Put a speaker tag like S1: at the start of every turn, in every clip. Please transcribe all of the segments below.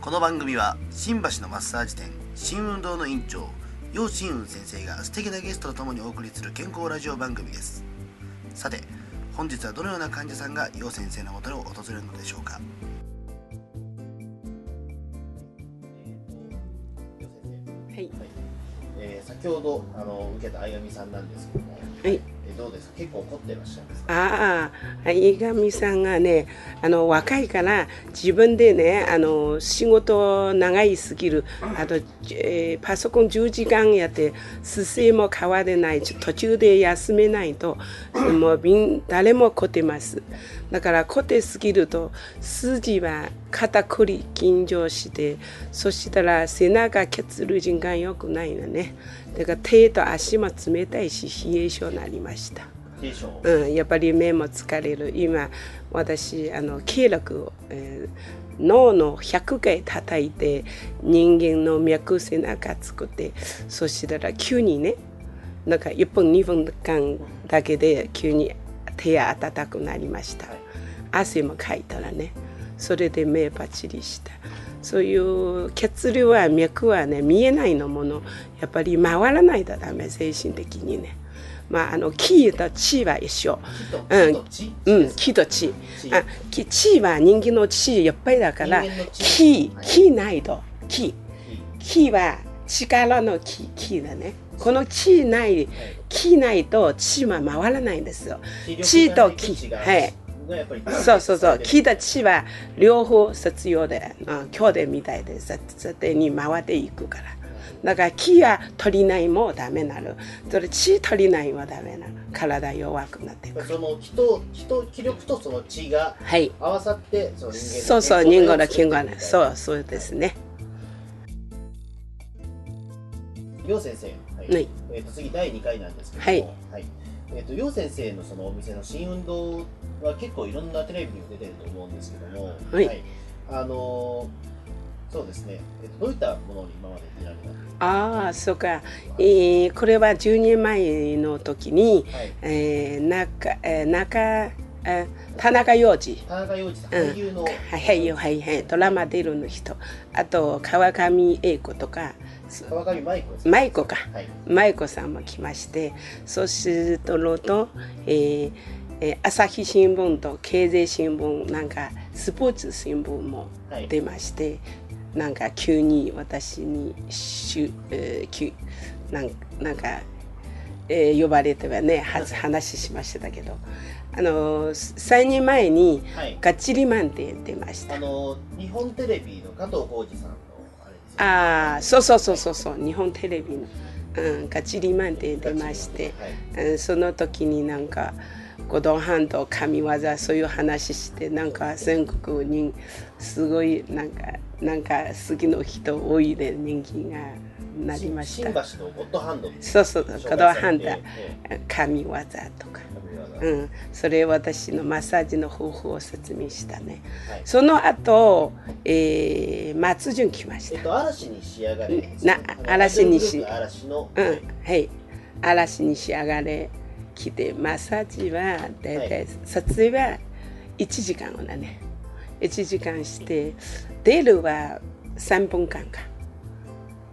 S1: この番組は新橋のマッサージ店新運動の院長楊新雲先生が素敵なゲストとともにお送りする健康ラジオ番組ですさて本日はどのような患者さんが楊先生のもとを訪れるのでしょうか
S2: はい、
S1: えー、先ほどあの受けたあやみさんなんですけども、
S2: はい
S1: えーどうですか結構怒ってらっしゃいますか
S2: ああ井上さんがねあの若いから自分でねあの仕事長いすぎるあと、えーパソコン10時間やって姿勢も変われないちょ途中で休めないともうみん誰もこてますだからこてすぎると筋は肩こり緊張してそしたら背中血流循環良くないのねだから手と足も冷たいし冷え性になりました。
S1: 軽症
S2: うん、やっぱり目も疲れる今私あの経絡を、えー脳の100回叩いて人間の脈背中作ってそしたら急にねなんか1分2分間だけで急に手が温くなりました汗もかいたらねそれで目パチリしたそういう血流は脈はね見えないのものやっぱり回らないとダメ精神的にねまああの気と血は一緒
S1: 木と
S2: うん
S1: 木と血
S2: うん、気と血。
S1: 血
S2: あ、気、血は人間の血やっぱりだから
S1: 人間の、血
S2: 気
S1: は、い
S2: 気ないと、気。気は力の気、気だね。この気ない、気ないと血は回らないんですよ。
S1: 血
S2: 血
S1: と
S2: と
S1: 気
S2: 気
S1: 力が
S2: は
S1: ない
S2: い
S1: と血がやっぱり
S2: そうそうそう、
S1: 気
S2: 気と血は両方必要で、うん、兄弟みたいで、絶絶対に回っていくから。だから気が取りないもダメなる。それ血取りないもダメなる。体弱くなってくる。
S1: その気と気と気力とその血が
S2: はい。
S1: 合わさってその人間の
S2: そうそう、人間の健康
S1: う
S2: な、そう、そうですね。
S1: 楊先生はい、
S2: はい
S1: えー、と次第2回なんですけども
S2: はい
S1: えー、と楊先生のそのお店の新運動は結構いろんなテレビにも出てると思うんですけども
S2: はい
S1: あのーそうですね、えーとどういったものに今まで出られたんですか
S2: ああそうか、えーこれは10年前の時に、
S1: はい
S2: えー中えー中えー田中洋次
S1: 田中洋次さん
S2: うん
S1: 俳優の、
S2: はいはいよはいはいドラマ出るの人あと川上英子とかそう
S1: 川上舞子さん、
S2: 舞子か
S1: はい
S2: 舞子さんも来ましてそしてとろと、えーえー朝日新聞と経済新聞なんかスポーツ新聞も
S1: はい
S2: 出ましてなんか急に私にしゅ、えー、急なんなんか、えー呼ばれてはねは話しましたけどあの3年前に
S1: はい
S2: 「がっちりマン」って出ました
S1: あのー日本テレビの加藤浩次さんのあれですよね
S2: ああそうそうそうそうそう日本テレビの「うん、がっちりマン」って出まして、
S1: はい
S2: うん、その時になんか五道半島神業そういう話してなんか全国にすごいなんかなんか好きな人多いで人気がなりまし
S1: 新
S2: た
S1: 橋のゴッドハンドです
S2: そうそう
S1: 紹
S2: 五
S1: 介
S2: 道
S1: され
S2: 半
S1: て
S2: 島
S1: え
S2: 神業と
S1: え
S2: か
S1: 神業は
S2: うんそれ私のマッサージの方法を説明したね
S1: い
S2: その後、えー、松潤来まし
S1: えったと嵐に仕上がれです
S2: な嵐にし
S1: あの嵐の、
S2: う
S1: は
S2: ん
S1: い、
S2: はい。嵐に仕上がれ来て、マッサージはだいた
S1: はい
S2: い撮影は1時間だね。1時間して、出るは3分間か。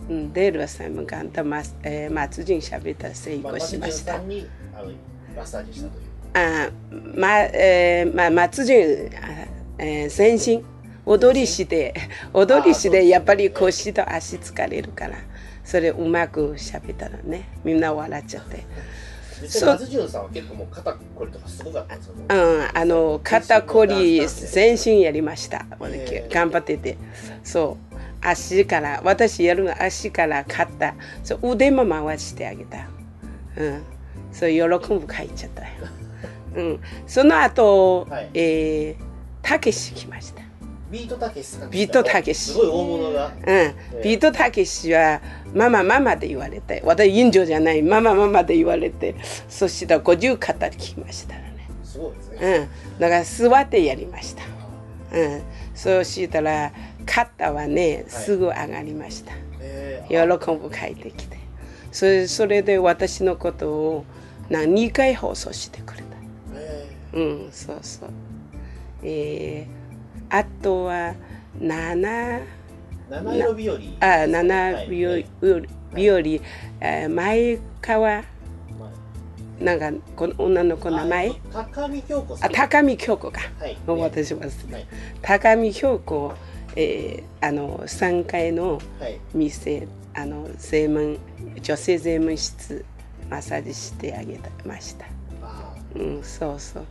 S2: うん、出るは3分間と、まえー、松潤喋ったら成
S1: まあ
S2: 功しまし
S1: 松潤さ。
S2: た
S1: んにあのマッサージしたという
S2: あま、えーま、松潤、あえー、全身踊りして踊りし
S1: あーそうです
S2: て
S1: ね
S2: やっぱり腰と足疲れるからそれうまく喋ったらねみんな笑っちゃって。
S1: 実際松潤さんは結構もう肩こりとかすごかったんですよ、ね
S2: うん、あの肩こり
S1: 全
S2: 全身やりました、
S1: えー
S2: 頑張っててそう足から私やるの足から肩そう腕も回してあげた、うん、そう喜ぶ書いちゃ ったよ、うん、その後、
S1: はい
S2: えーたけし来ました
S1: ビートたけしさん
S2: ビートたけし
S1: すごい大物が
S2: うん、ビートたけしはママママで言われて私院長じゃないママママで言われてそしたら50肩来ましたね
S1: すごいですね、
S2: うん、だから座ってやりました、うん、そうしたら肩はねすぐ上がりました、
S1: え
S2: 喜ぶ帰ってきてそれそれで私のことを2回放送してくれた
S1: ーえ
S2: うんそうそうえーあとは7
S1: 七色日和ですね、
S2: あ七日
S1: はい
S2: よ日より、えー前川
S1: ま
S2: なんかこの女の子
S1: あ
S2: 名前
S1: あえっと高見京子さ
S2: あ
S1: ん
S2: 高見京子か
S1: はい
S2: もう私はです
S1: はい
S2: ね高見京子、えーあの3階の
S1: はい
S2: 店あの税務女性税務室マッサージしてあげました
S1: あ
S2: うんそうそう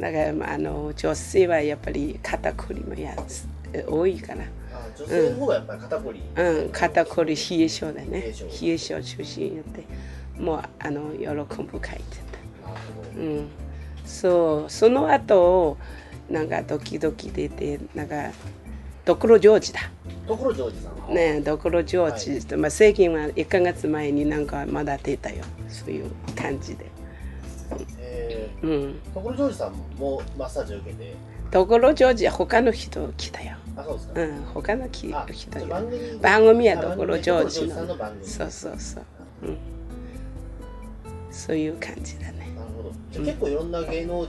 S2: だからまああの女性はやっぱり肩こりもやつ多いから
S1: ーあー女性の方がやっぱり肩こり、
S2: うん、肩こり冷え性だね
S1: 冷え性
S2: 冷え性中心やってもうあの喜ぶ書いて
S1: あー
S2: た、うん、そうその後なんかドキドキ出てなんかドクロジョージだ
S1: ところジョージさんは、
S2: ねドクロジョージって、まあ、最近は1か月前になんかまだ出たよそういう感じで、
S1: え
S2: うん、
S1: ー、ところジョージさんもマッサージを受けて
S2: ドクロジョージは他の人来たよ、
S1: あそうですか、
S2: うん、他のき
S1: あ
S2: 人
S1: じゃあ
S2: よ
S1: 番組
S2: 番組はところジョージ
S1: あ番組は所さんの
S2: の
S1: 番組
S2: そうそうそう、うん、そういう感じだね
S1: なるほどじゃあ結構いろんな芸能人の方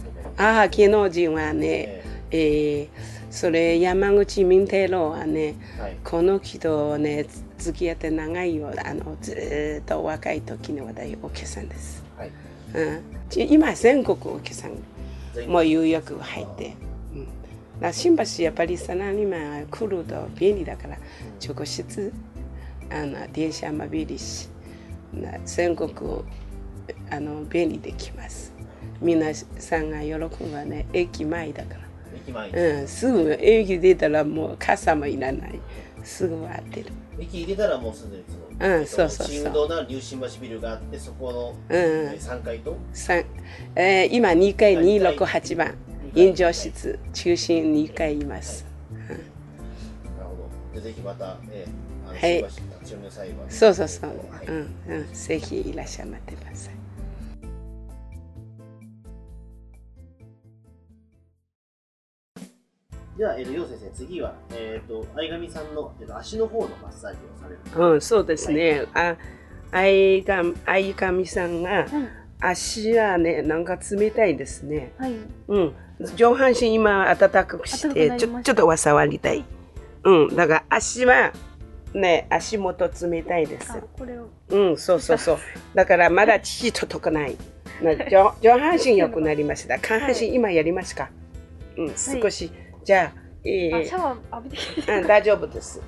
S1: とかも
S2: ああ芸能人はね、
S1: え
S2: えーそれ山口民太郎はね
S1: ーはい
S2: この人をねつ付き合って長いよあのずーっと若い時に私お客さんです、
S1: はい
S2: うん、ち今全国お客さん
S1: 全
S2: もう有約入って、うん、だから新橋やっぱりサラリーマンは来ると便利だから直接あの電車も便利しな全国あの便利できます皆さんが喜ぶはね駅前だか
S1: 駅前に、
S2: ら、うん、すぐ駅出たらもう傘もいらないすぐ会ってる
S1: 駅入れたらもうすでにその、
S2: うんそうそうそう
S1: 新運動な入信橋ビルがあってそこの、
S2: うん
S1: えー、3階と
S2: 三えー今2階
S1: はい
S2: 268番
S1: 二階
S2: 臨場室中心2階います
S1: なるほどでぜひまた、えー、あの
S2: はい
S1: 新橋立ち寄りの際は
S2: そうそうそう
S1: は、い
S2: うんうん、ぜひいらっしゃいまってください
S1: では、えー、よう先生次はえっ、と相上さんの、えーと、足の方のマッサージをされる
S2: うん、そうですね。あ、相が、相上さんが、
S3: はい、
S2: 足はね、なんか冷たいですね。
S3: はい、
S2: うん。上半身今暖かくし
S3: 暖かくなり
S2: て、
S3: ま
S2: ちょ、
S3: した
S2: ちょっとわさわりたい。うん。だから足は、ね、足元冷たいです
S3: あ。、これを。
S2: うん、そうそうそう。だからまだ血届か ない。な上上半身良くなりました。下半身今やりますか。うん、少し。じゃあ、え
S3: あ、
S2: ー
S3: シャワー浴びてきて。
S2: うん、大丈夫です。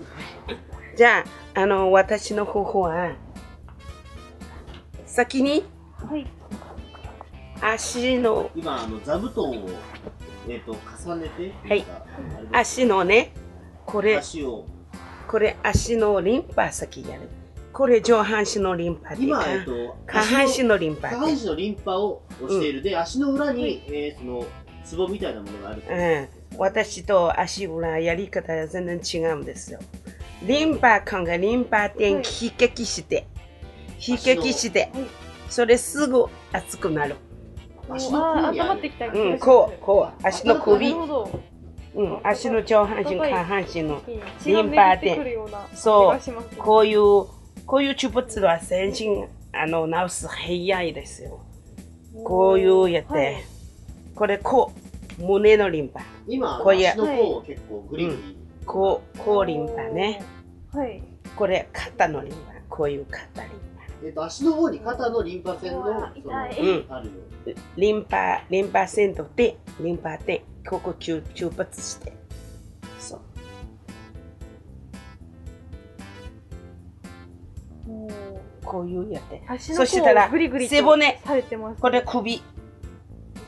S2: じゃあ、あの、私の方法は、先に
S3: はい、
S2: 足の、
S1: 今あの座布団をえっ、と重ねて
S2: はい
S1: 足
S2: 足のね、これ、
S1: 足を
S2: これ足のリンパ先やる。これ上半身のリンパで、
S1: 今えっ、
S2: 下
S1: と
S2: 下半身のリンパ
S1: 下
S2: で。
S1: 半身のリンパを押している、で足の裏に、えーそのツボみたいなものがある、
S2: うん、私と足裏やり方は全然違うんですよ。リンパ管がリンパ点
S3: は
S2: 引
S3: い
S2: きして、引きして
S3: はい、
S2: それすぐ熱くなる。
S1: 足の甲
S3: あー、
S1: にあ
S3: 温
S1: る
S3: まってきた。
S2: うん、こう、こう、足の
S3: な
S2: 首
S3: る。ほど。
S2: うん、足の上半身、
S3: 高い
S2: 下半身の、
S3: 血が巡ってくるような。
S2: そう
S3: 気がしますね
S2: こういう、こういうチュポツは全身、あの、治す早いですよ。こういうやって、
S3: はい
S2: これ、こう、胸のリンパ、
S1: 今
S2: こういう
S1: 足の甲を結構グリグリ、
S2: こう、こうリンパね。。
S3: はい。
S2: これ、肩のリンパ、こういう肩リン
S1: えっと足の方に肩のリンパ腺の
S3: うわ
S1: その
S3: 痛い
S2: うん
S1: あるよ
S2: パ。リンパ、リンパ線と手、リンパ点、ここチュチュポツして。そう。
S3: もう
S2: こういうやって。
S3: 足
S2: そしたら
S3: のグリグリと
S2: 背骨
S3: されてます。
S2: これ、首、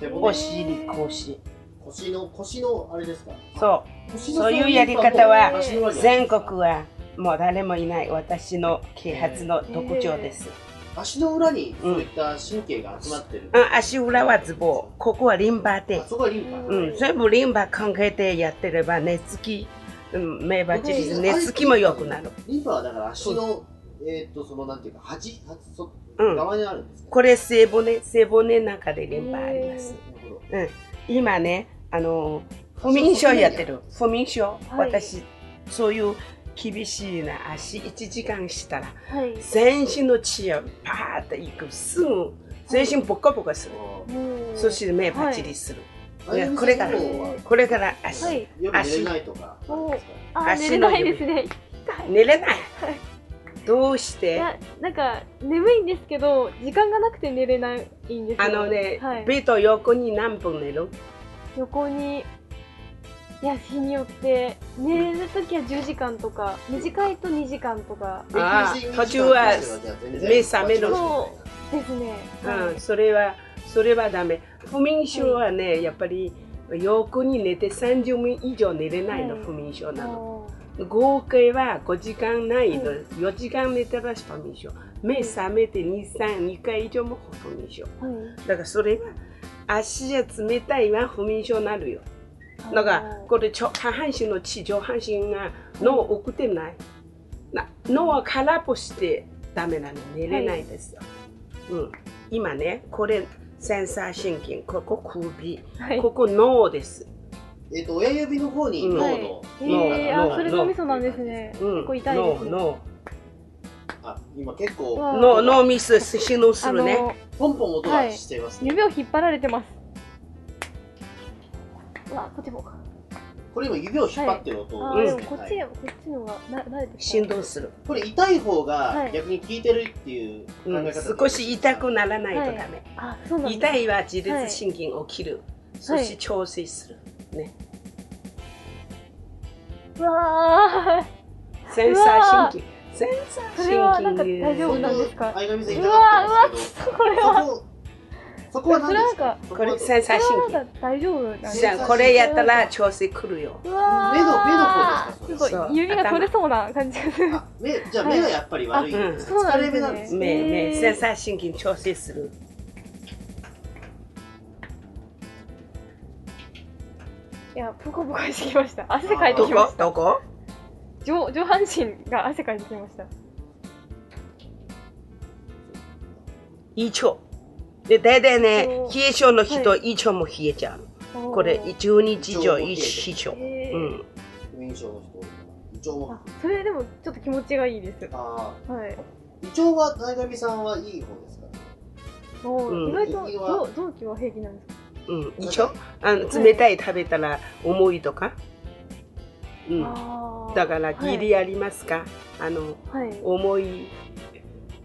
S1: 手
S3: お
S1: 骨
S2: お尻、腰。
S1: 腰の腰のあれですか
S2: そう。
S1: 腰の
S2: そういうやり方は全国はもう誰もいない私の啓発の特徴です。
S1: 足の裏にそういった神経が集まってる、
S2: うん、足裏はズボン、ここはリンパ
S1: あ
S2: 点。
S1: そこはリンパ、
S3: う
S2: うん、全部リンパ関係でやってれば寝つき、うん、目ばっちり寝つきも良くなる。
S1: リンパはだから足の、えっとそのなんていうか端端そ
S2: うん、
S1: 側にあるんですね、
S2: これ背骨、背骨の中でリンパあります。
S1: なるほど
S2: 今ね、あの、不眠症やってる。不眠症、
S3: はい
S2: 私、そういう厳しいな足1時間したら、
S3: はい。
S2: 全身の血がパーッといくすぐ全身ボコボコする
S1: あ
S3: もう
S2: そして目パチリする、
S1: ーあゆみさん
S2: これから
S1: の方は
S2: これから足、
S3: はい。
S1: 夜寝れないとかあるんですか
S3: あ、寝れないですね。痛い。
S2: 寝れないどうし
S3: い
S2: て
S3: や、なんか、眠いんですけど、時間がなくて寝れないんですよ。
S2: あのね、
S3: はい
S2: ベッド横に何分寝る
S3: 横にいや日によって寝るときは10時間とか短いと2時間とか
S2: あー途中は目覚める
S3: ですね、は
S2: う
S3: い
S2: ん、それはそれはダメ不眠症はねやっぱり横に寝て30分以上寝れないの、
S3: うん
S2: 不眠症なの
S3: も
S2: 合計は5時間ないの、
S3: う
S2: 4時間寝たら不眠症目覚めて232回以上も不眠症
S3: ううん
S2: だからそれは足が冷たいは不眠症になるよだからこれちょ下半身の血上半身が脳送ってないな脳は空っぽしてダメなの寝れないですよ、うん、今ねこれセンサー神経ここ首
S3: はい
S2: ここ脳です、
S1: えっと親指の方に脳
S3: はい
S1: の
S3: えー、
S2: 脳
S3: あそれがミソなんですね
S2: うん、
S3: ここ痛いですね
S2: 脳
S1: あ今結構
S3: わ
S2: 脳脳脳ミス死ぬす
S3: あ
S2: るね
S3: の
S1: ポンポン音がしていますね
S3: 指を引っ張られてますうわこっちもか
S1: これ今指を引っ張ってる音
S2: う
S3: あー
S2: ん
S3: で
S1: です
S3: も
S1: ね
S3: こっ
S1: は
S3: ち
S1: い
S3: こっちのがな慣れて
S2: 振
S3: は
S2: 動する、
S1: これ痛い方
S3: は
S1: が
S3: い
S1: 逆に効いてるっていう考え
S2: う
S1: 方
S2: ん、
S1: で
S2: 少し痛くならないとダメ、
S3: あそうなんだ
S2: 痛いは自律神経起きる、そして調整する、ね
S3: うわ
S2: センサー神経センサ
S3: ーそれは
S2: ー
S3: なんか
S2: 神経
S3: 大丈夫なんですか
S1: 相上さん
S3: ー
S1: 痛
S3: う
S1: か
S3: わ
S1: った
S3: ーうわ
S1: んですけど
S3: これは
S1: そこそこは何ですか
S2: これセンサー
S3: それは
S2: 神経
S3: なんか大丈夫なんです
S2: じゃあこれやったら調整くるよ
S3: うわー
S1: 目の目の方ですかそれ
S3: ごい指が取れそうな感じがする
S1: あ目じゃあ目がやっぱり悪いんですか
S3: はいあ
S1: 疲れ目なんです
S3: そうなんです
S1: ね
S3: ね
S2: 目
S3: へ
S2: 目
S3: ー
S2: センサー神経調整する
S3: いやポコポコしてきました汗かいて
S2: ど
S3: きま
S2: こ
S3: した
S2: どこ
S3: 上上半身が汗かいてきました
S2: 胃腸で大体ね
S3: そう
S2: 冷え性の人、
S3: は
S2: 胃腸も冷えちゃう
S3: おー
S2: これ12日以
S1: 胃腸
S2: 上
S1: も冷え
S2: 胃
S1: て
S2: 腸、
S3: へー
S2: うん、
S1: 不眠症の人胃腸
S3: あ
S1: も
S3: それでもちょっと気持ちがいいです
S1: あ
S3: はい
S1: ー胃腸は相上さんはいい方ですか
S3: もう、
S2: うん
S3: 意外と
S1: 右は
S3: どう同期は平気なんですか
S2: うん、胃腸あの冷たい食べたら重いとか、うん、
S3: あー
S2: だから義理ありますか、あの
S3: はい、はい、
S2: 重い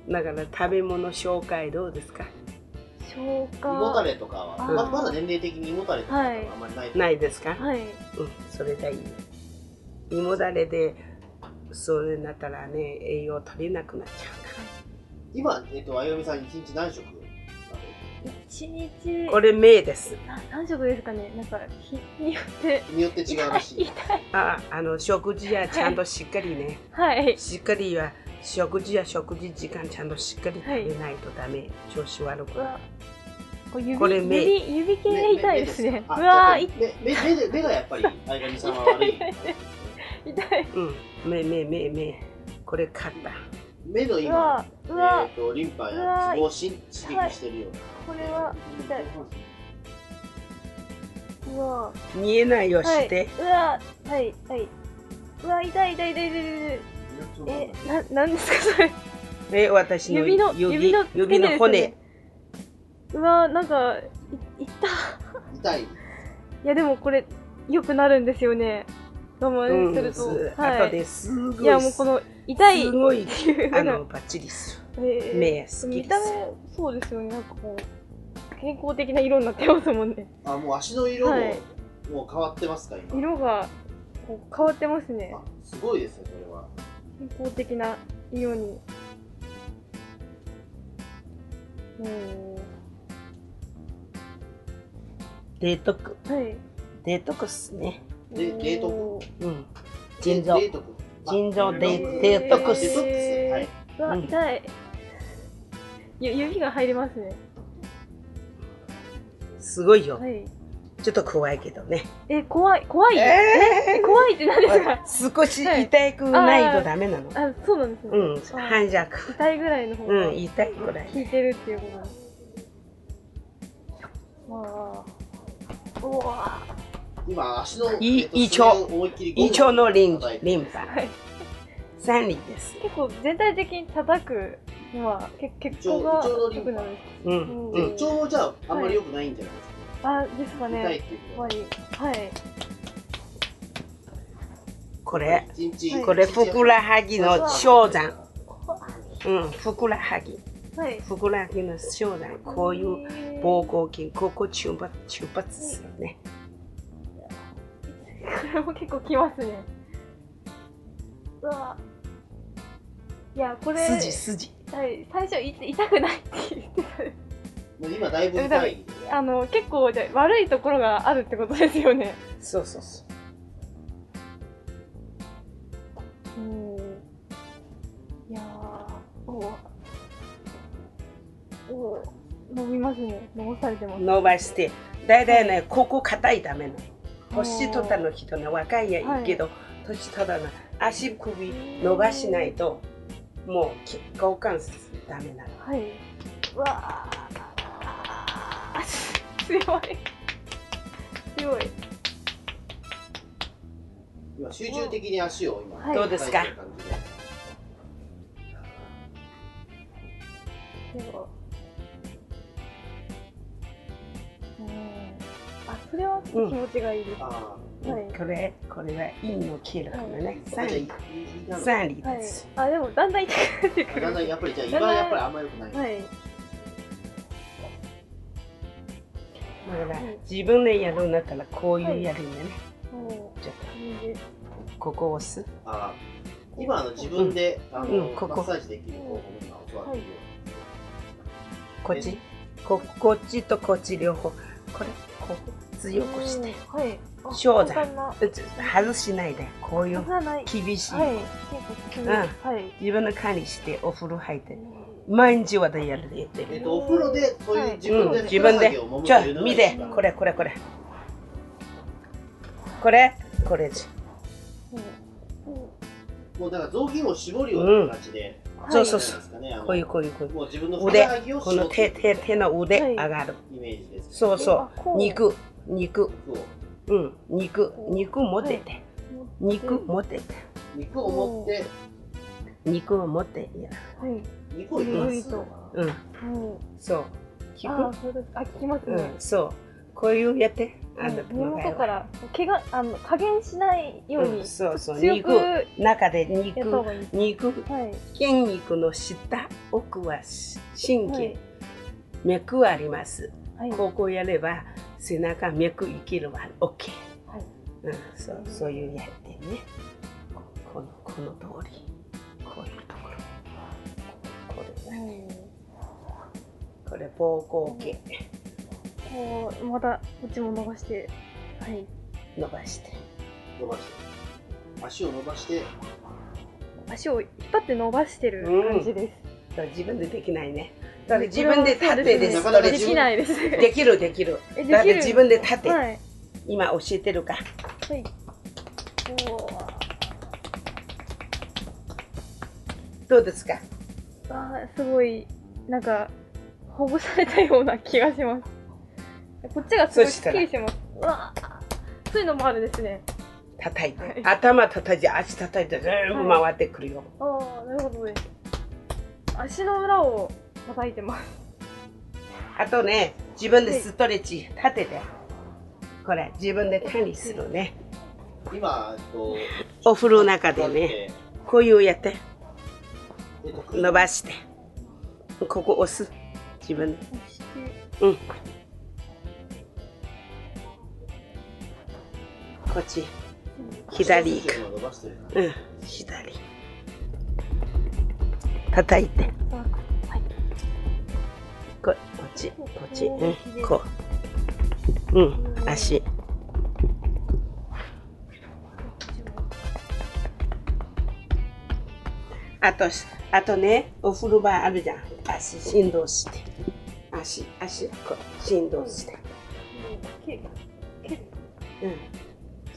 S2: だから食べ物紹介どうですか
S3: 消化
S1: 胃もたれとかは
S3: あー
S1: ままだ年齢的に胃もたれとかは
S3: はい
S1: あんまりない
S2: ないですか、
S3: はい
S2: うん、それがいい胃もだれでそれになったらね栄養取れなくなっちゃ
S1: 今えっと相上さん一日何食食べる
S3: 一日
S2: うこれ目です
S3: な何食ですかねなんか日によって
S1: 日によって違うらしい
S2: ああの食事はちゃんとしっかりね、
S3: はい
S2: しっかりは食事や食事時間ちゃんとしっかり食べないとダメ、調子悪く
S3: う
S2: なる
S3: わこう指
S2: これ目
S3: 指指系が痛いですねう
S1: あ
S3: わーい
S1: 目目目で目がやっぱり相上さんは悪い
S3: 痛い
S2: うん目目目目これ肩
S1: 目の
S3: う
S1: 今
S3: わ
S1: え
S3: うわ
S1: ーとリンパ
S3: うわ
S1: や脂肪をし刺激してるような
S3: これは痛いうわ
S2: 見えないように
S3: は
S2: し
S3: い
S2: て、
S3: うわはいうわ痛い痛い痛い痛い痛い痛いえななんですかそれ
S2: え私の
S3: 指の指の付け
S2: 指
S3: 根
S2: の
S3: です
S2: 骨、
S3: ねうわなんかい痛い
S1: 痛い
S3: いやでもこれ良くなるんですよね我
S2: う
S3: 慢
S2: ん、
S3: すると、
S2: あと
S3: はい
S2: ですごい
S3: いやもうこの痛い
S2: すごい
S3: っていう
S2: あのバッチリする
S3: えー
S2: 目好き
S3: 見
S2: で
S3: た
S2: す
S3: 目そうですよねなんかこう健康的な色になってますもんね
S1: あもう足の色も、
S3: はい
S1: もう変わってますか今
S3: 色がこう変わってますね
S1: あすごいですねそれは
S3: 健康的な色にうん
S2: デトック
S3: はい
S2: デトックスね
S1: で
S3: お
S1: デ
S3: ー
S1: ート
S2: うん腎臓
S1: デートクあ
S2: 腎臓デ
S3: ー
S2: デトッ
S1: デ
S2: ク
S1: ー
S2: ス
S1: トックスはい
S3: うんわ
S2: うん
S3: 痛い、ゆ指が入りますね
S2: すごいよ
S3: はい
S2: ちょっと怖いけどね
S3: え怖い怖い、
S2: え
S3: え怖いって何ですか
S2: ー、少し痛くないとダメなの
S3: あそうなんですね、
S2: うん反弱
S3: 痛いぐらいの方
S2: う
S3: が
S2: ん
S3: 効
S2: 痛いくらい
S3: いてるっていうことです、まあうわ
S1: 今足の
S2: い
S1: えっと
S2: 胃腸
S1: すねを思いっきり
S2: 胃腸のリン
S1: 叩いて
S2: リンパ
S3: はい
S2: 三輪です
S3: 結構全体的に叩くのはけ血行が良くなるんです
S2: うん
S1: 胃
S2: うん
S1: 腸じゃああんまり良くないんじゃないですか、
S3: あ、ですか
S1: 痛いっ
S3: ね。
S1: ていう
S3: 終
S1: こ
S3: わ
S1: と
S3: り。はい。
S2: これ
S1: 一日
S2: これふくらはぎの小山うんふくらはぎ
S3: はい。
S2: ふくらはぎの小山こういう
S3: う
S2: 膀胱筋ここ中発中発するね
S3: これも結構きますね。うわ。いや、これ、はい、
S2: 筋筋
S3: 最初い痛くないって言ってたです
S1: もう今だいぶ痛い
S3: あの、結構じゃあ悪いところがあるってことですよね。
S2: そうそうそう
S3: うん。いやー、おーおー伸びますね。伸ばされてます。
S2: 伸ばして大体ねここ硬いためね年取ったの人ね若いやいいけど、年取ったの足首伸ばしないともう血行関節ダメなの
S3: はい。うわあ。強い。強い。
S1: 今集中的に足を今、
S3: はい
S2: どうですか
S1: 叩いてる感じで
S3: でも。うん。あ、それは気持ちがいいです。
S1: あ
S3: はい
S2: これこれはいいの切るからね
S1: ーあじゃあい
S2: 3
S1: いいなの
S2: 三里
S3: は
S2: で
S3: い
S2: す、。
S3: あ、でもだんだん痛くなってくる。
S1: だんだんやっぱりじゃあ今はやっぱりあんま良くない、
S3: はい。
S2: だから
S3: はい
S2: 自分でやるんだったらこういうやり目ね、
S3: も
S2: ちょっ
S3: う、いいです。
S2: とここを押す
S1: あー今あの自分で、あの、
S2: うんここ
S1: マッサージできる方法も今教わってるよ、
S2: こっちここっちとこっち両方これこう強くして
S3: うん。はい。あ
S2: 小山
S3: 簡単な。
S2: うつ外しないでこうい
S3: 出
S2: う
S3: さない。
S2: 厳しい、
S3: はい。結構強い。
S2: うん
S3: はい。
S2: 自分の管理してお風呂入って毎日はやるでやってる
S1: えっと、お風呂でそういう自分
S2: う
S1: で
S2: ん、自分で
S1: 手を揉む
S2: ち
S1: と
S2: ょ
S1: いうのが
S2: 見
S1: 一番
S2: てこれこれこれこれこれじ
S1: もうだから雑巾を絞るような形で、
S3: はい
S2: そうそう
S1: じゃないです
S2: そう
S1: かねあの
S2: こういうこういうこういう
S1: もう自分のふく
S2: 腕
S1: らはぎを
S2: こ
S1: 絞
S2: の
S1: って
S2: 手
S1: いく
S2: 手手の腕
S3: はい
S2: 上がる
S1: イメージです
S2: そうそ
S3: あこ
S2: う
S3: う
S2: 肉
S1: そ
S2: 肉
S1: う
S2: うん肉肉持ってて肉持ってて
S1: 肉を持って
S2: 肉を持ってや
S3: はい。
S1: 肉を入れま
S3: うん
S1: す、
S2: るうん
S3: うん。
S2: そう聞
S3: あー、
S2: く
S3: そうです。あ、聞きます
S2: う
S3: ね
S2: ん。そうこういうやってあの
S3: 根元から怪我あの加減しないように、
S2: うんそうそう
S3: 強
S2: 肉
S3: くや
S2: 中で
S3: った
S2: 肉
S3: 方がいい。
S2: 肉
S3: はい。
S2: 筋肉の下奥は神経、
S3: はい
S2: 脈はあります
S3: はい。
S2: ここやれば背中脈生きるは OK、
S3: はい
S2: うん、そうそういうやってねここのこの通りこういうところこれねこれ膀胱系
S3: こうまたこっちも伸ばして、はい。
S2: 伸ばして
S1: 伸ばして足を伸ばして
S3: 足を引っ張って伸ばしてる感じです。
S2: だから自分でできないねだから自分で立ってです
S1: こ
S2: そ
S1: れはそ
S2: れ
S1: うで
S3: で
S1: す
S3: きないです。
S2: できるできる
S3: えできる
S2: だって自分で立って、
S3: はい。
S2: 今教えてるか
S3: はい。おー
S2: どうですか
S3: あーすごいなんかほぐされたような気がしますこっちがすごい
S2: そ
S3: す
S2: し
S3: ったき
S2: ら
S3: りしてますうわあそういうのもあるんですね
S2: 叩いて、
S3: はい
S2: 頭叩いて足叩いて全部回ってくるよ、
S3: ああなるほどです足の裏を叩いてます
S2: あとね自分でストレッチ立ててこれ自分で管理するね
S1: 今えっと
S2: お風呂の中でね
S1: 立
S2: こういうやって
S1: ってえっと
S2: 伸ばしてここ押す自分で
S3: そして
S2: うんこっち左行
S1: 足
S2: く
S1: を伸ばしてる感じ
S2: うん左叩いて
S3: あはい
S2: ここっちこっち、うん、こううん足あとし、あとね、お風呂場あるじゃん。足振動して。足、足、こう、振動して。
S3: けけ
S2: うん。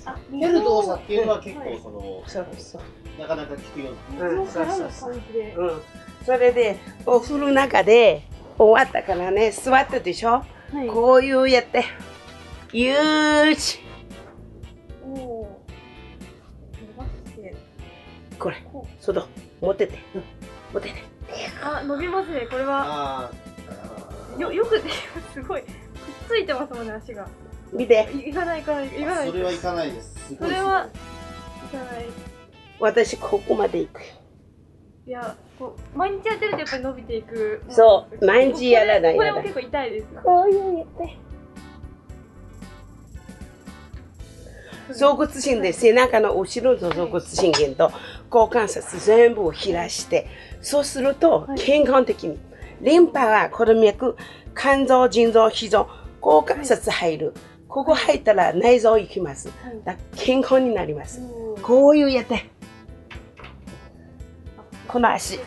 S3: あ
S1: 蹴る動作っていうのは結構その、
S2: そうそう。
S1: なかなか効くような
S3: 水を絡む感じで
S2: うん。それで、お風呂の中で、終わったからね、座ってでしょ、
S3: はい
S2: こういうやって、ゆーし、
S3: おお伸ばして
S2: これ、
S3: こう
S2: 外、持ってて。うん、持ってて。
S3: あ伸びますねこれは
S1: あーあ
S3: よよくできますすごいついてますもんね足が
S2: 見て
S3: い行かない行かない行かない
S1: それはいかないですすごい
S3: それは行かない
S2: 私ここまで行くよ
S3: いやこう毎日やってるとやっぱり伸びていく
S2: そう毎日やらない
S3: これ
S2: や
S3: こ
S2: ら
S3: れも結構痛いです
S2: こういうやって坐骨神で背中の後ろの坐骨神経と股関節全部を開してそうすると
S3: はい
S2: 健康的にリンパはこの脈肝臓腎臓脾臓股関節入るここ入ったら内臓行きます
S3: はい
S2: だから健康になります
S3: うん
S2: こういうやってこの足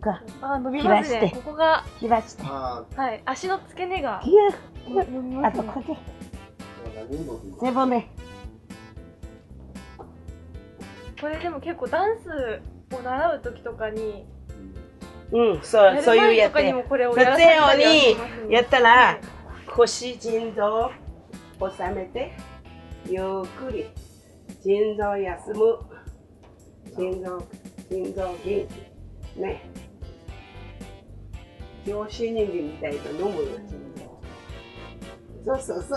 S2: が
S3: あ伸びます
S2: 開い
S3: ね
S2: て
S3: ここが
S2: 開して
S1: あ
S3: はい足の付け根が
S2: ギュッ
S3: 伸びま
S2: あ
S3: す
S2: と
S3: ね
S2: こっち
S1: あなんか貧乏貧乏
S2: 背骨
S3: これでも結構ダンスを習う時とかに
S2: うんそうそういうや
S3: や
S2: っ
S3: る前とかに
S2: て
S3: もこれを
S2: 撮
S3: やら
S2: 影
S3: せて
S2: 用にやったら
S3: い
S2: 腰腎臓を収めてゆっくり腎臓休む腎臓腎臓元気ね上司人間みたいな飲むよ腎臓そうそうそ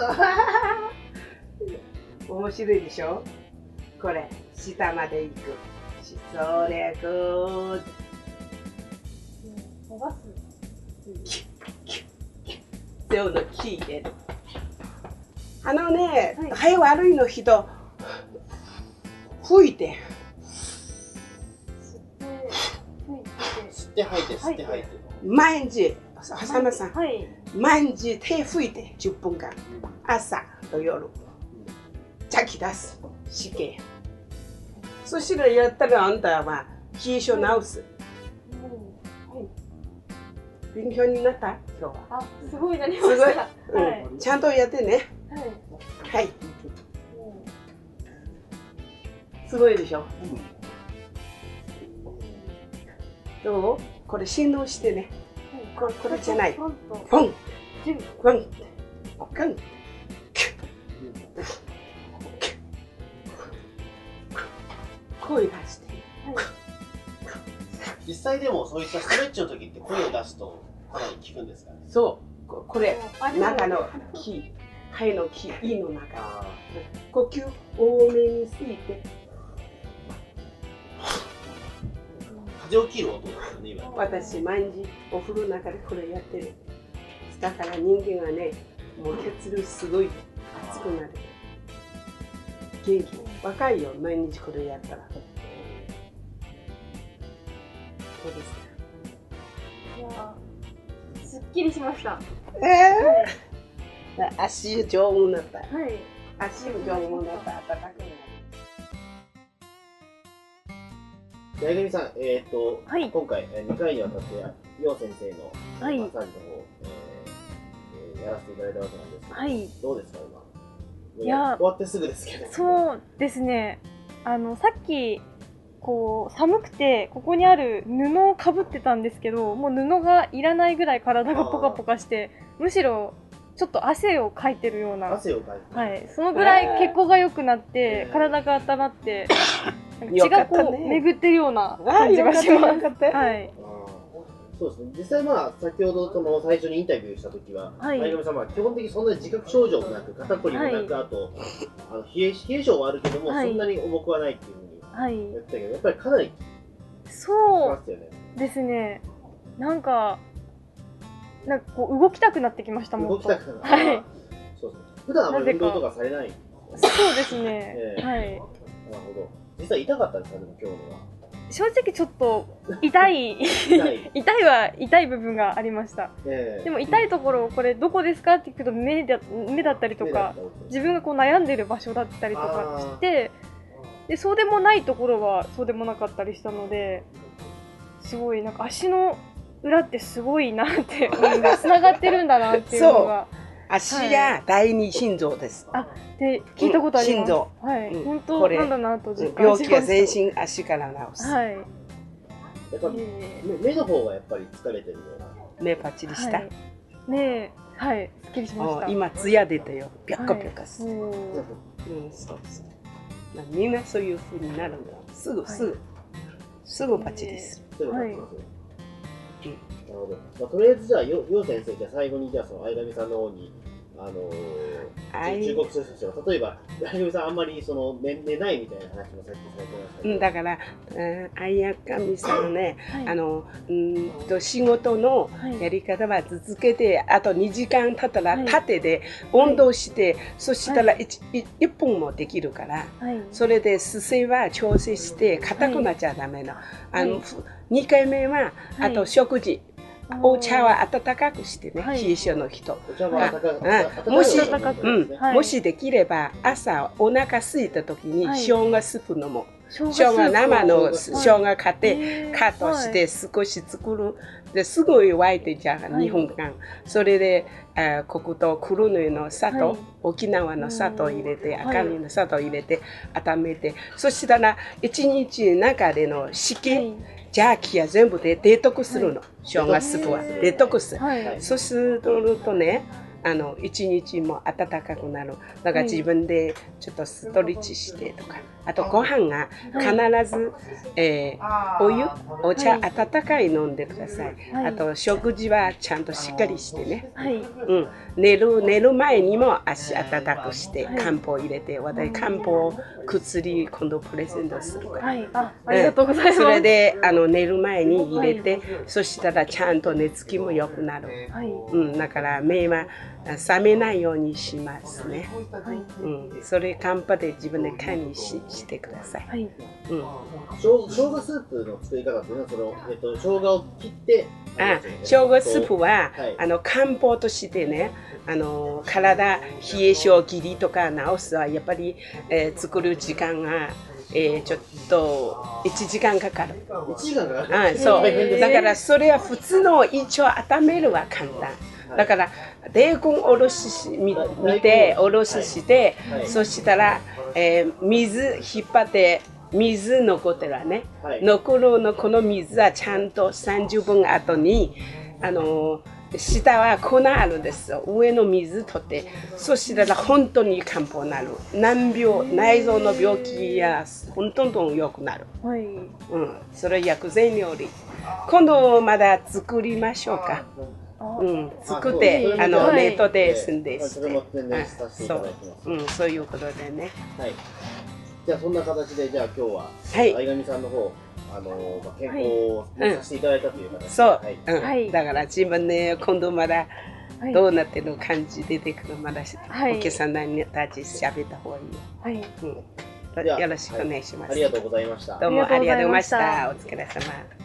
S2: う面白いでしょこれ下まで行くしそれくーっと
S3: 伸ばす
S2: 手の木入れるあのね、
S3: はい
S2: 肺悪いの人吹いて
S3: 吸って吹い
S1: 吸って吐
S3: て
S1: いて吸って吐いて
S2: 毎日浅間さん
S3: はい
S2: 毎日手吹いて10分間
S1: う
S2: 朝と夜茶器出す死刑そしたらやったらあんたは冷え性治す
S3: うん
S2: 勉強になった今日は、
S3: あすごいなりまし
S2: すごい
S3: た
S2: うん
S3: はいはい
S2: ちゃんとやってねはいすごいでしょ
S1: んうん
S2: どうこれ振動してねここれじゃない
S3: ポンポンと
S2: ポン
S3: ジュン
S2: ポンポン声出して
S1: 実際でもそういったストレッチの時って声を出すとかなり効くんですかね
S2: そうここれ
S3: あでも
S2: 中の木肺の木胃の中
S1: あ
S2: 呼吸多めに吸いて
S1: 風を切る音ですよね今
S2: 私毎日お風呂の中でこれやってるだから人間はねもう血流すごい熱くなる元気若いよ毎日これやったらそうですか
S3: いやーすっきりしましたは
S2: えー、足丈夫になった
S3: い
S2: 足も丈夫になった暖かくなる
S1: 八重組さんえっと
S3: はい
S1: 今回えー2回にわたって楊先生のマ
S3: はい
S1: ッサージの方えーえーやらせていただいたわけなんですけど
S3: はい
S1: どうですか今
S3: いや
S1: 終わってすぐですけど
S3: そうですねあのさっきこう寒くてここにある布をかぶってたんですけどもう布がいらないぐらい体がポカポカしてむしろちょっと汗をかいてるような、
S1: 汗をかいて
S3: はい、そのぐらい血行が良くなっ
S1: え
S3: て
S1: ー
S3: 体が温まってなんか
S2: よ
S3: 血
S2: か
S3: が
S2: ったね
S3: こう巡ってるような
S2: あ
S3: 感じがします。
S2: よかったよかっ
S3: はい
S1: あーそうですね、実際、まあ、先ほどその最初にインタビューしたときは、
S3: はい
S1: 前上さんは基本的にそんなに自覚症状もなく、肩こりもなく、あとあの冷え冷え性はあるけども、
S3: はい
S1: そんなに重くはないっていうふうに
S3: はい、
S1: 言ってたけど、やっぱりかなりき
S3: そう
S1: ますよね、
S3: ですねなんかなんかこう動きたくなってきましたも
S1: 動
S3: っ
S1: き
S3: と
S1: たくなる、
S3: はい
S1: あーそうですね、普段あまり運動とかされない、
S3: そうですね、
S1: ええ
S3: はい
S1: なるほど、実際痛かったんですか、でも今日のは。
S3: 正直ちょっと痛い
S1: 痛い
S3: 痛いは痛い部分がありました
S1: ええ
S3: でも痛いところをこれどこですかって聞くと目だ目だったりと
S1: 目だっ
S3: か
S1: たりと
S3: 自分がこう悩んでる場所だったりとか
S1: あー
S3: してでそうでもないところはそうでもなかったりしたのですごいなんか足の裏ってすごい なってつながってるんだなっていうのが
S2: た足や第二心臓です、
S3: あで聞いたことあります、
S2: うん心
S3: はい、
S2: うん
S3: 本
S2: こ
S3: 当
S2: れ
S3: なんだなと実感
S2: 病気
S3: しました
S2: は全身足から治す、
S3: はい
S1: やっぱ
S3: いえい
S1: り
S3: え
S1: 目目の方がやっぱり疲れてるような。
S2: 目パッチリした、
S3: はい、ねえはいすっきりしまし
S2: も
S3: た
S2: う今ツヤ出たよピャッカピャカす
S3: う
S2: る、
S3: ん
S2: うんそうそうなみんなそういう風になるんだすぐ
S3: い
S2: すぐ、すぐパッチリす
S1: そういうのがあり
S3: はい
S1: ますよ
S2: る、
S1: なるほど。まあ、とりあえずじゃあ、よよう先生、じゃあ最後に、じゃあその相上さんの方に、あのー
S2: は
S1: 中
S2: い
S1: 国人たちが例えば、八重さん、あんまりその寝寝ないみたいな話もさっきされてましたけ
S2: う
S1: ど、
S2: んだから、うん、綾上さんはね、
S3: はい
S2: あの、うんと、仕事の
S3: はい
S2: やり方は続けて、あと2時間経ったら
S3: はい
S2: 縦で運動して、そしたら 1, 一本もできるから、
S3: はい
S2: それで姿勢は調整して硬くなっちゃダメな。あ
S3: は
S2: の
S3: い、
S2: 2回目は、あと食事、お茶は温かくしてね、
S3: はい
S2: 冷え性の人。
S1: お茶碗温か
S2: あ
S1: 温か
S2: もし
S1: 温かく
S2: う
S1: なんってますね
S3: はい
S2: もしできれば朝お腹空いた時に
S3: はい
S2: 生姜スープ飲もう、
S3: 生
S2: 生姜生の
S1: 生
S2: 生
S1: 姜
S2: 姜買って、
S3: で
S2: カットして少し作る。ですごい沸いてじゃん、
S3: はい
S2: 2分間。それで、あー黒糖、黒ヌの砂糖、
S3: はい
S2: 沖縄の砂糖入れて、
S3: うん
S2: 赤身の砂糖入れて、温めて、そしたら、1日の中での湿気、ジャーキーは全部でデトックスするの。生姜スープは
S3: へー
S2: デトックス。
S3: はい
S1: はい
S2: そうするとね、あの、1日も暖かくなる。だから
S3: はい
S2: 自分でちょっとストレッチしてとか。あとご飯が必
S3: はい
S2: ず、えーお湯、お茶、
S3: はい
S2: 温かい飲んでください。
S3: はい
S2: あと食事はちゃんとしっかりしてね。
S3: はい
S2: うん、寝る寝る前にも足温かくして
S3: はい
S2: 漢方入れて私漢方薬今度プレゼントするから
S3: はいあありがとうございます
S2: それであの寝る前に入れてそしたらちゃんと寝つきも良くなる、
S3: はい
S2: うん、だから目は覚めないようにしますね、
S3: はい
S2: うん、それ漢方で自分で管理ししてください、
S3: はい
S2: うん、
S1: 生生姜スープの作り方っていうのはその、えっと、生姜を切って
S2: あ生姜スープ
S1: を
S2: は、
S1: はい
S2: あの漢方としてねあの体冷え性切りとか治すはやっぱり、えー作る時間が、えーちょっと1時間かかる。
S1: 1時間かか
S2: あそ
S1: 大変で
S2: う
S1: す
S2: だからそれは普通の胃腸温めるは簡単
S1: はい
S2: だから大根おろししみ見ておろしして、
S1: はい
S2: そしたら、えー水引っ張って水残ってるわね、
S1: はい
S2: 残るのこの水はちゃんと30分後にあのー下は粉あるんですよ上の水取ってそしたら本当に漢方になる難病内臓の病気や本当に良くなる
S3: はい
S2: うん、それ薬膳料理。今度まだ作りましょうか。
S3: あ
S2: うん、作っ
S3: あそ
S2: て
S3: う、
S2: あの、
S3: は
S2: 冷
S3: い
S2: 凍で済んで
S1: はい
S2: し
S1: そ
S2: て。
S1: れも宣
S2: は
S1: 伝
S2: い
S1: させてい
S2: そ
S1: ただ
S2: う
S1: きます、
S2: うん、そういうことでね。
S1: はいじゃあそんな形でじゃあ今日は
S2: はい
S1: 相上さんの方あの、まあ、健康をさせていただいたという形で、
S2: そう
S1: はい、
S2: うん、
S3: はい
S2: だから自分ね、今度まだ
S3: はい
S2: どうなってるの感じ出てくるまだ、
S3: はい
S2: お客さんたち喋った方がい
S3: はい
S2: いよ。うん、
S1: じゃあ
S2: よろしくお願いしま
S1: あ
S2: す。
S1: りがとうございました
S2: どうもあ
S3: あ
S2: り
S3: り
S2: が
S3: が
S2: とうござい
S3: とうござい
S2: ま
S3: ま
S2: し。
S3: したた
S2: お疲れ様。